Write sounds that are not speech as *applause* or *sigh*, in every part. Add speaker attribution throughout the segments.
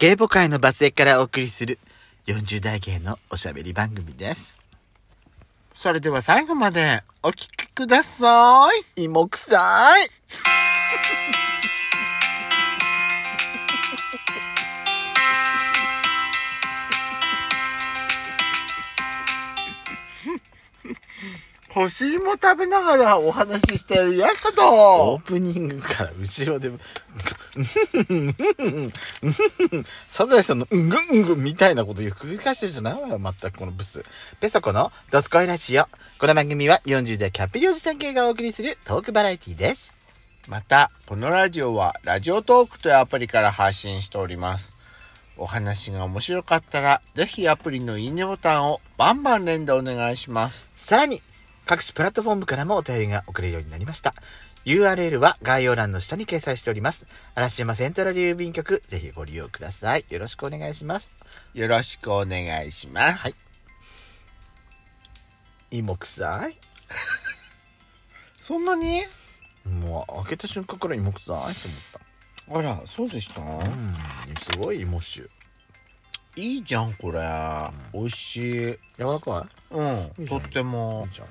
Speaker 1: ゲイボ界のバス駅からお送りする40代芸のおしゃべり番組です。
Speaker 2: それでは最後までお聞きください。
Speaker 1: 芋臭い
Speaker 2: 干し芋食べながらお話ししているやすこと
Speaker 1: オープニングから後ろで、うんサザエさんのうんぐんうんぐんみたいなことを繰り返してるじゃないわよ、全くこのブス。ペソコのドスコイラジオ。この番組は40代キャッピリおじさん系がお送りするトークバラエティです。
Speaker 2: また、このラジオは、ラジオトークというアプリから発信しております。お話が面白かったら、ぜひアプリのいいねボタンをバンバン連打お願いします。
Speaker 1: さらに、各種プラットフォームからもお便りが送れるようになりました。URL は概要欄の下に掲載しております。嵐山セントラル郵便局、ぜひご利用ください。よろしくお願いします。
Speaker 2: よろしくお願いします。
Speaker 1: はい芋臭い
Speaker 2: そんなに
Speaker 1: もう開けた瞬間から芋臭いと思った。
Speaker 2: あら、そうでした、
Speaker 1: うん、すごい芋臭。
Speaker 2: いいじゃん、これ。美味しい。
Speaker 1: 柔らか
Speaker 2: うん、
Speaker 1: いいじゃ
Speaker 2: と
Speaker 1: ん
Speaker 2: って
Speaker 1: い
Speaker 2: も
Speaker 1: い。じゃん。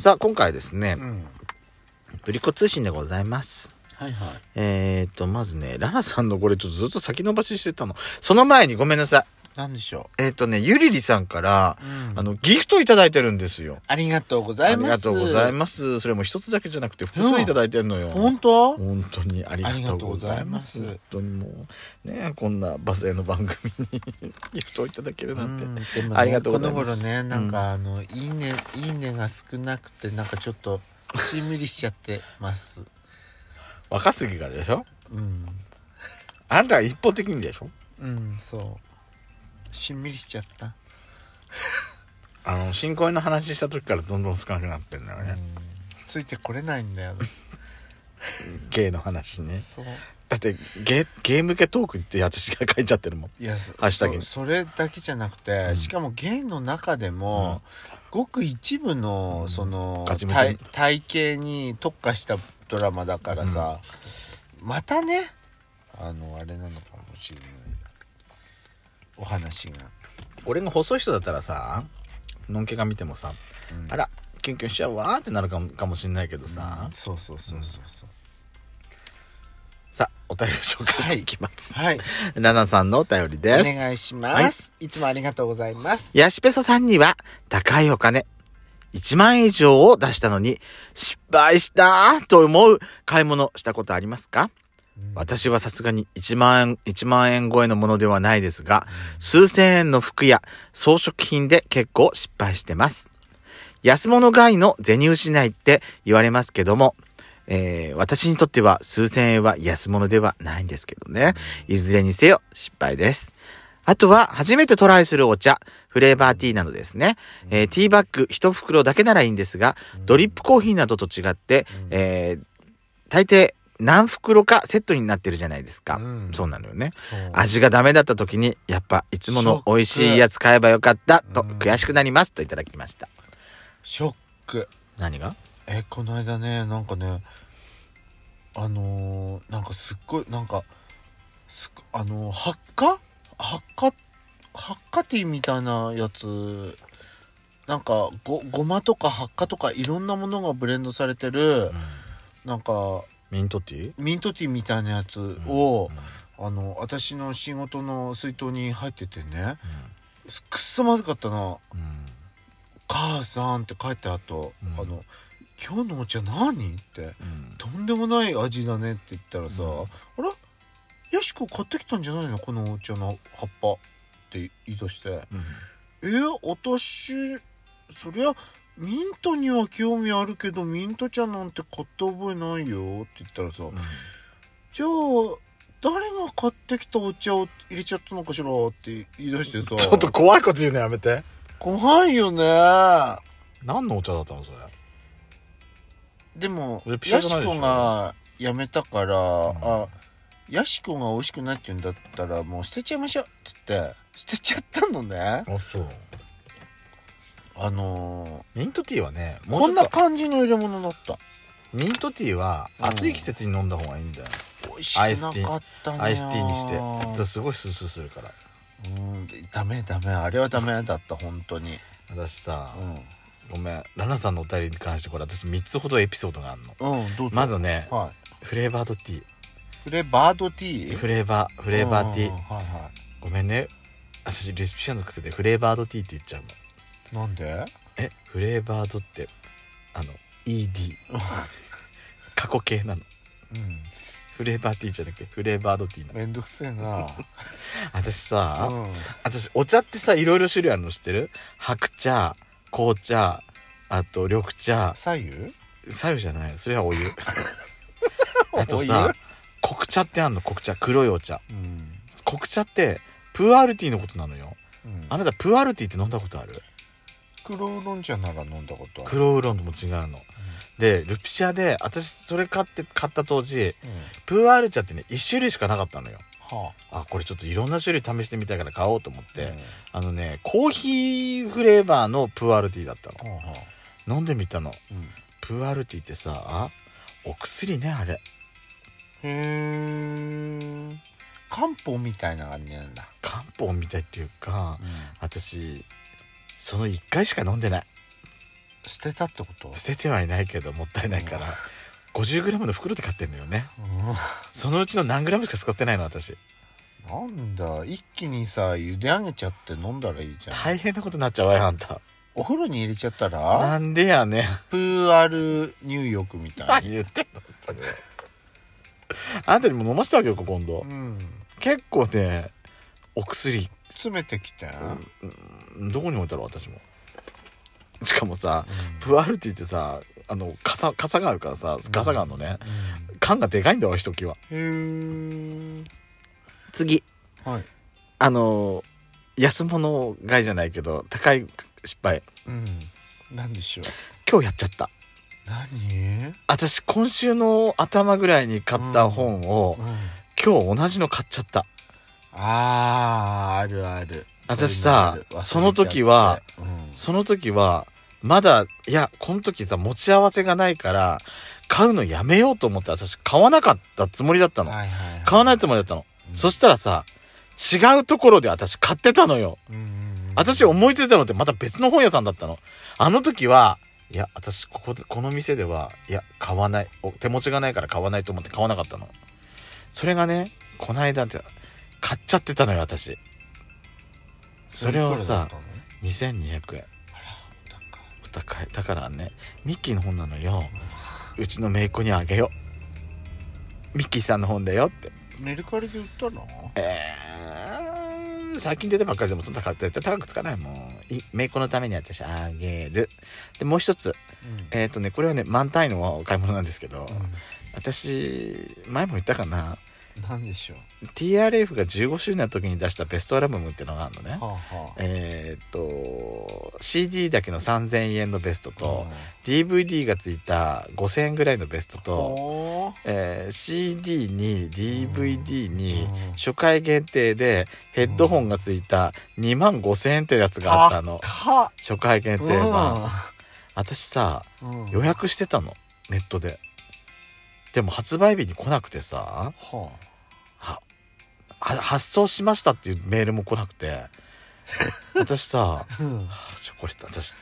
Speaker 1: さあ、今回ですね、
Speaker 2: ん。
Speaker 1: ブリコ通信でございます。
Speaker 2: はいはい。
Speaker 1: えーと、まずね、ララさんのこれちょっとずっと先延ばししてたの。その前にごめんなさ
Speaker 2: なんでしょ
Speaker 1: い。えーとね、ゆりりさんから、
Speaker 2: う。うん
Speaker 1: あの、ギフトいただいてるんですよ。
Speaker 2: ありがとうご
Speaker 1: あ
Speaker 2: ざ
Speaker 1: り
Speaker 2: いま
Speaker 1: が
Speaker 2: す。
Speaker 1: とうございます。それも一つだけじゃなくて、複数いただいてるのよ。
Speaker 2: 本当
Speaker 1: 本当にありがとうございます。
Speaker 2: あり
Speaker 1: 本当にもう、ね、こんなバスへの番組に *laughs* ギフトをいただけるなんて。
Speaker 2: うんでもね
Speaker 1: ありがとうございます
Speaker 2: この頃ねなんかあの、いいねいいねが少なくてなんかちょっとしんみりしちゃってます
Speaker 1: 若杉がでしょ
Speaker 2: うん
Speaker 1: あんたが一方的にでしょ
Speaker 2: うんそうしんみりしちゃった、
Speaker 1: あの、新婚の話した時からどんどん少なくなってるのよ
Speaker 2: うん
Speaker 1: ね。
Speaker 2: ついてこれないんだ *laughs* よね
Speaker 1: ゲイの話ね。
Speaker 2: そう
Speaker 1: だって、ゲイ、ゲイ向けトークって私が書いちゃってるもん。
Speaker 2: いやそ
Speaker 1: ハッシュタグに
Speaker 2: そそれだけじゃなくて、
Speaker 1: うん
Speaker 2: しかもゲイの中でも、ごく一部の、
Speaker 1: うん
Speaker 2: その
Speaker 1: ガチムチ
Speaker 2: 体体型に特化したドラマだからさ、またねあのあれなのかもしれないお話が、
Speaker 1: 俺が細い人だったらさ、のんけが見てもさ、
Speaker 2: うん
Speaker 1: あら、キュンキュンしちゃうわーってなるかもかもしんないけどさ、
Speaker 2: そうそうそうそうそう、
Speaker 1: さあ、お便りを紹介していきます。
Speaker 2: はい
Speaker 1: ラナさんのお便り
Speaker 2: お
Speaker 1: です。
Speaker 2: 願いします、い、つもありがとうございます
Speaker 1: ヤシペソさんには高いお金、1万円以上を出したのに失敗したと思う買い物したことありますか私はさすがに1万円、1万円超えのものではないですが、数千円の服や装飾品で結構失敗してます。安物買いの銭失いって言われますけども、えー私にとっては数千円は安物ではないんですけどね。いずれにせよ失敗です。あとは初めてトライするお茶、フレーバーティーなどですね。えーティーバッグ1袋だけならいいんですが、ドリップコーヒーなどと違って、えー大抵何袋かセットになってるじゃないですか。
Speaker 2: うん
Speaker 1: そうなのよね。
Speaker 2: そう
Speaker 1: 味がダメだった時にやっぱいつもの美味しいやつ買えばよかったと
Speaker 2: ショック
Speaker 1: 悔しくなりますといただきました
Speaker 2: ショック
Speaker 1: 何が
Speaker 2: えこの間ねなんかねあのー、なんかすっごいなんかすっあのー、発火発火発火ティーみたいなやつなんかごごまとか発火とかいろんなものがブレンドされてるなんか
Speaker 1: ミントティー
Speaker 2: ミントティーみたいなやつを、
Speaker 1: うん
Speaker 2: あの私の仕事の水筒に入っててねくっそまずかったな「母さん」って書いてあと、
Speaker 1: うん
Speaker 2: あの「今日のお茶何?」って
Speaker 1: うん
Speaker 2: とんでもない味だねって言ったらさ、
Speaker 1: うん
Speaker 2: あらヤシコ買ってきたんじゃないのこのお茶の葉っぱって言い出して
Speaker 1: うん
Speaker 2: え私そりゃミントには興味あるけどミント茶なんて買った覚えないよって言ったらさ、
Speaker 1: うん
Speaker 2: じゃあ誰が買ってきたお茶を入れちゃったのかしらって言い出して *laughs* さ
Speaker 1: ちょっと怖いこと言うのやめて
Speaker 2: 怖いよね
Speaker 1: 何のお茶だったのそれ
Speaker 2: でも
Speaker 1: レプシア
Speaker 2: ヤ
Speaker 1: じゃない
Speaker 2: シ
Speaker 1: でしょ
Speaker 2: コが辞めたから、
Speaker 1: ん
Speaker 2: あヤシコが美味しくないって言うんだったらもう捨てちゃいましょうって言って捨てちゃったのね
Speaker 1: あそう
Speaker 2: あの
Speaker 1: ミントティーはね
Speaker 2: ー
Speaker 1: もう
Speaker 2: こ
Speaker 1: ちょ
Speaker 2: ん
Speaker 1: っ
Speaker 2: な
Speaker 1: と
Speaker 2: 感じの入れ物だった
Speaker 1: ミントティーは暑い季節に飲んだ方がいいんだよ
Speaker 2: 美味しくなかったな
Speaker 1: アイスティーにしてそうすごいスースーするから
Speaker 2: うんダメダメあれはダメだった本当に
Speaker 1: 私さ、
Speaker 2: う
Speaker 1: ごめんラナさんのお便りに関してこれ私3つほどエピソードがあるの
Speaker 2: んうんどうぞ
Speaker 1: まずね
Speaker 2: は
Speaker 1: フレーバードティ
Speaker 2: いフレバードティ
Speaker 1: ー
Speaker 2: ー
Speaker 1: フレーバーフレーバーティ
Speaker 2: うん
Speaker 1: ー
Speaker 2: はいは
Speaker 1: ごめんね私レシピ者の癖でフレーバードティーって言っちゃうの
Speaker 2: いなんで
Speaker 1: えフレーバードってあの
Speaker 2: *laughs*
Speaker 1: ED 過去形なの
Speaker 2: うん
Speaker 1: フレーバーティーじゃなくてフレーバードティーなの
Speaker 2: めんどくせえな
Speaker 1: 私さ、
Speaker 2: うん
Speaker 1: 私お茶ってさいろいろ種類あるの知ってる白茶紅茶あと緑茶
Speaker 2: 左右
Speaker 1: 左右じゃないそれは
Speaker 2: *laughs*
Speaker 1: お湯あとさ黒茶ってあんの黒茶黒いお茶
Speaker 2: うん
Speaker 1: 黒茶ってプーアルティーのことなのよ
Speaker 2: うん
Speaker 1: あなたプーアルティーって飲んだことある
Speaker 2: 黒ウーロン茶なら飲んだことある
Speaker 1: 黒ウーロンとも違うのでルピシアで私それ買って買った当時
Speaker 2: うんうん
Speaker 1: プーアール茶ってね1種類しかなかったのよ
Speaker 2: は
Speaker 1: あこれちょっといろんな種類試してみたいから買おうと思っ
Speaker 2: あ
Speaker 1: て、あのねコーヒーフレーバーのプーアールティーだった
Speaker 2: うんはあはあ
Speaker 1: の飲んでみたの
Speaker 2: うん
Speaker 1: プーアールティーってさお薬ねあれ
Speaker 2: へえ漢方みたいな感じなんだ、
Speaker 1: 漢方みたいっていうか私その1回しか飲んでない
Speaker 2: 捨てたってこと
Speaker 1: 捨ててはいないけどもったいないから 50g の袋で買ってんのよねそのうちの何 g しか使ってないの私
Speaker 2: うんなんだ一気にさ茹で上げちゃって飲んだらいいじゃん、
Speaker 1: 大変なことになっちゃうわよあんた
Speaker 2: お風呂に入れちゃったら
Speaker 1: なんでやねん
Speaker 2: プーアル入浴みたい
Speaker 1: *laughs* 何言ってんのそれはあんたにも飲ませてあげようか今度
Speaker 2: な、うん、
Speaker 1: 結構ねお薬、
Speaker 2: 詰めてきて、
Speaker 1: うんどこに置いたろう私もしかもさプアルティってさあの傘傘があるからさガサがあるのね、缶がでかいんだわひときわ
Speaker 2: うんへえ
Speaker 1: 次
Speaker 2: はい、
Speaker 1: あの安物買いじゃないけど高い失敗
Speaker 2: うん、なんでしょう
Speaker 1: 今日やっちゃった
Speaker 2: 何、
Speaker 1: 私今週の頭ぐらいに買った本を、
Speaker 2: うん、
Speaker 1: 今日同じの買っちゃった
Speaker 2: あーあるある
Speaker 1: 私さ
Speaker 2: そういうのある
Speaker 1: その時は
Speaker 2: 忘れちゃって
Speaker 1: その時は、まだ、いや、この時さ、持ち合わせがないから、買うのやめようと思って、私、買わなかったつもりだった
Speaker 2: うん
Speaker 1: の。
Speaker 2: はいはいはい
Speaker 1: 買わないつもりだったの。
Speaker 2: うん
Speaker 1: そしたらさ、違うところで私買ってたのよ。
Speaker 2: うんうんうん
Speaker 1: 私思いついたのってまた別の本屋さんだったの。あの時は、いや、私、ここで、この店では、いや、買わない。お手持ちがないから買わないと思って買わなかったの。それがね、こないだって、買っちゃってたのよ、私。それをさ、2200円。
Speaker 2: あらなんか
Speaker 1: お高いだからねミッキーの本なのようちの姪っ子にあげようミッキーさんの本だよって
Speaker 2: メルカリで売ったの
Speaker 1: えー、最近出てばっかりでもそんな高く高くつかないもんいい姪っ子のために私あげるでもう一つえっ、とねこれはね満単位のお買い物なんですけど、私前も言ったかな
Speaker 2: なんでしょう
Speaker 1: TRF が15周年の時に出したベストアルバムってのがあるのね
Speaker 2: はあはあ
Speaker 1: えっ、と CD だけの3000円のベストと、
Speaker 2: うん
Speaker 1: DVD がついた5000円ぐらいのベストと、
Speaker 2: ほ
Speaker 1: えー CD に DVD に
Speaker 2: うん
Speaker 1: 初回限定でヘッドホンがついた2万5000円ってやつがあったの
Speaker 2: ーか
Speaker 1: 初回限定版私さ
Speaker 2: うん
Speaker 1: 予約してたのネットででも発売日に来なくてさ
Speaker 2: はあ
Speaker 1: は発送しましたっていうメールも来なく *laughs* て私さ
Speaker 2: うん
Speaker 1: ちょこれ私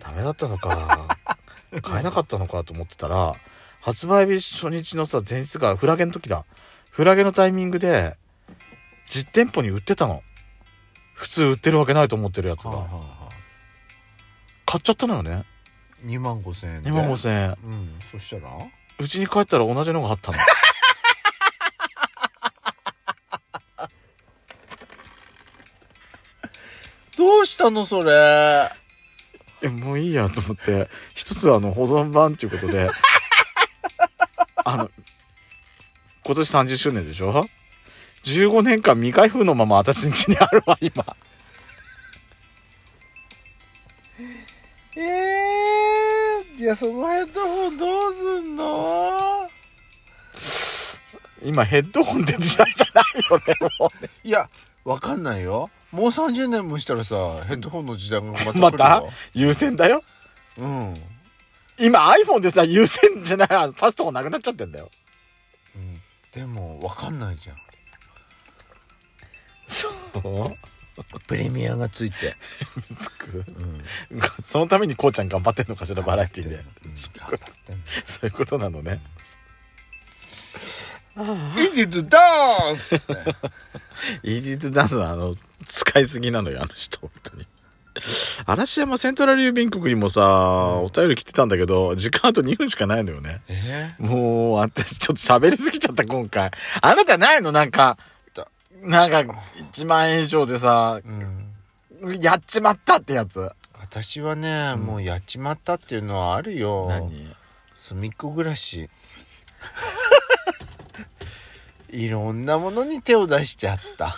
Speaker 1: ダメだったの *laughs* か買えなかったのかと思ってたら発売日初日のさ前日がフラゲの時だフラゲのタイミングで実店舗に売ってたの普通売ってるわけないと思ってるやつ
Speaker 2: はあは
Speaker 1: が
Speaker 2: あはあ
Speaker 1: 買っちゃったのよね
Speaker 2: 2万5千円で
Speaker 1: 2万5000円
Speaker 2: うんそしたら
Speaker 1: うちに帰ったら同じのがあったの
Speaker 2: どうしたのそれ
Speaker 1: えもういいやと思って一つはあの保存版っていうこと *laughs* であの今年30周年でしょ15年間未開封のまま私ん家にあるわ今
Speaker 2: えー、いやそのヘッドホンどうすんの
Speaker 1: 今ヘッドホンって時代じゃないよねもうね
Speaker 2: いやわかんないよもう30年もしたらさヘッドホンの時代 *laughs* がまた来るよ
Speaker 1: また優先だよ
Speaker 2: うん、うん、
Speaker 1: 今 iPhone でさ優先じゃないあの挿すとこなくなっちゃってんだよ
Speaker 2: でもわかんないじゃん
Speaker 1: そう
Speaker 2: プレミアがついて、
Speaker 1: つく
Speaker 2: うん、
Speaker 1: そのためにこうちゃん頑張ってんのかしらバラエティで
Speaker 2: *laughs* うん
Speaker 1: そういう
Speaker 2: 頑
Speaker 1: こ
Speaker 2: 張っ
Speaker 1: と
Speaker 2: てんの
Speaker 1: そういうことなのね
Speaker 2: イジズダンス
Speaker 1: イーディーズ・ダンスのあの使いすぎなのよあの人本当に嵐山セントラル郵便局にもさお便り来てたんだけど時間あと2分しかないのよね
Speaker 2: え
Speaker 1: もう私ちょっと喋りすぎちゃった今回あなたないのなんか
Speaker 2: だ
Speaker 1: なんか1万円以上でさ
Speaker 2: うん
Speaker 1: やっちまったってやつ
Speaker 2: 私はね、
Speaker 1: うん
Speaker 2: もうやっちまったっていうのはあるよ隅っこ暮らし *laughs* いろんなものに手を出しちゃった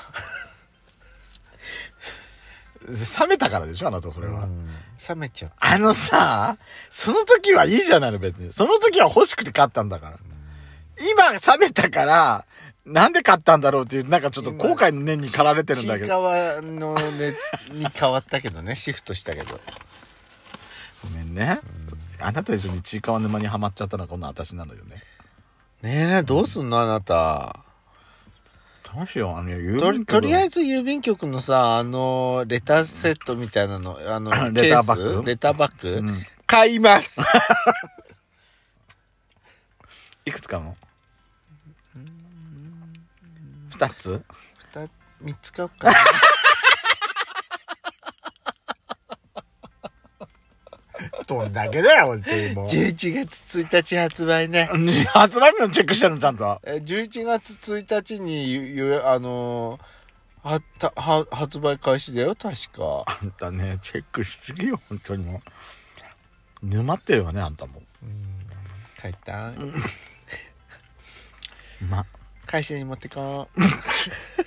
Speaker 1: 冷めたからでしょあなたそれは、
Speaker 2: うん冷めちゃった
Speaker 1: あのさその時はいいじゃないの別にその時は欲しくて買ったんだから今冷めたからなんで買ったんだろうっていうなんかちょっと後悔の念に駆られてるんだ
Speaker 2: ち
Speaker 1: けど
Speaker 2: いかわのねに変わったけどね *laughs* シフトしたけど
Speaker 1: ごめんねあなた一緒にちいかわ沼にはまっちゃったのはこんな私なのよね
Speaker 2: ねえどうすんのあなた
Speaker 1: どうしようあの郵
Speaker 2: とりとりあえ
Speaker 1: ず
Speaker 2: ず郵便局のさあのレターセットみたいなのあの
Speaker 1: レターバッグ
Speaker 2: ケスレターバッグ、
Speaker 1: うん
Speaker 2: 買います
Speaker 1: いくつかの二つ
Speaker 2: 二三つ買おう *laughs* かな
Speaker 1: どんだけだよ本当にも
Speaker 2: 11月1日発売ね
Speaker 1: う発売日のチェックしてんのちゃんと
Speaker 2: え11月1日にゆゆあのーはたは発売開始だよ確か
Speaker 1: あんたねチェックしすぎよ本当にもう沼ってるわねあんたも
Speaker 2: 書いた
Speaker 1: ま
Speaker 2: 会社に持ってこう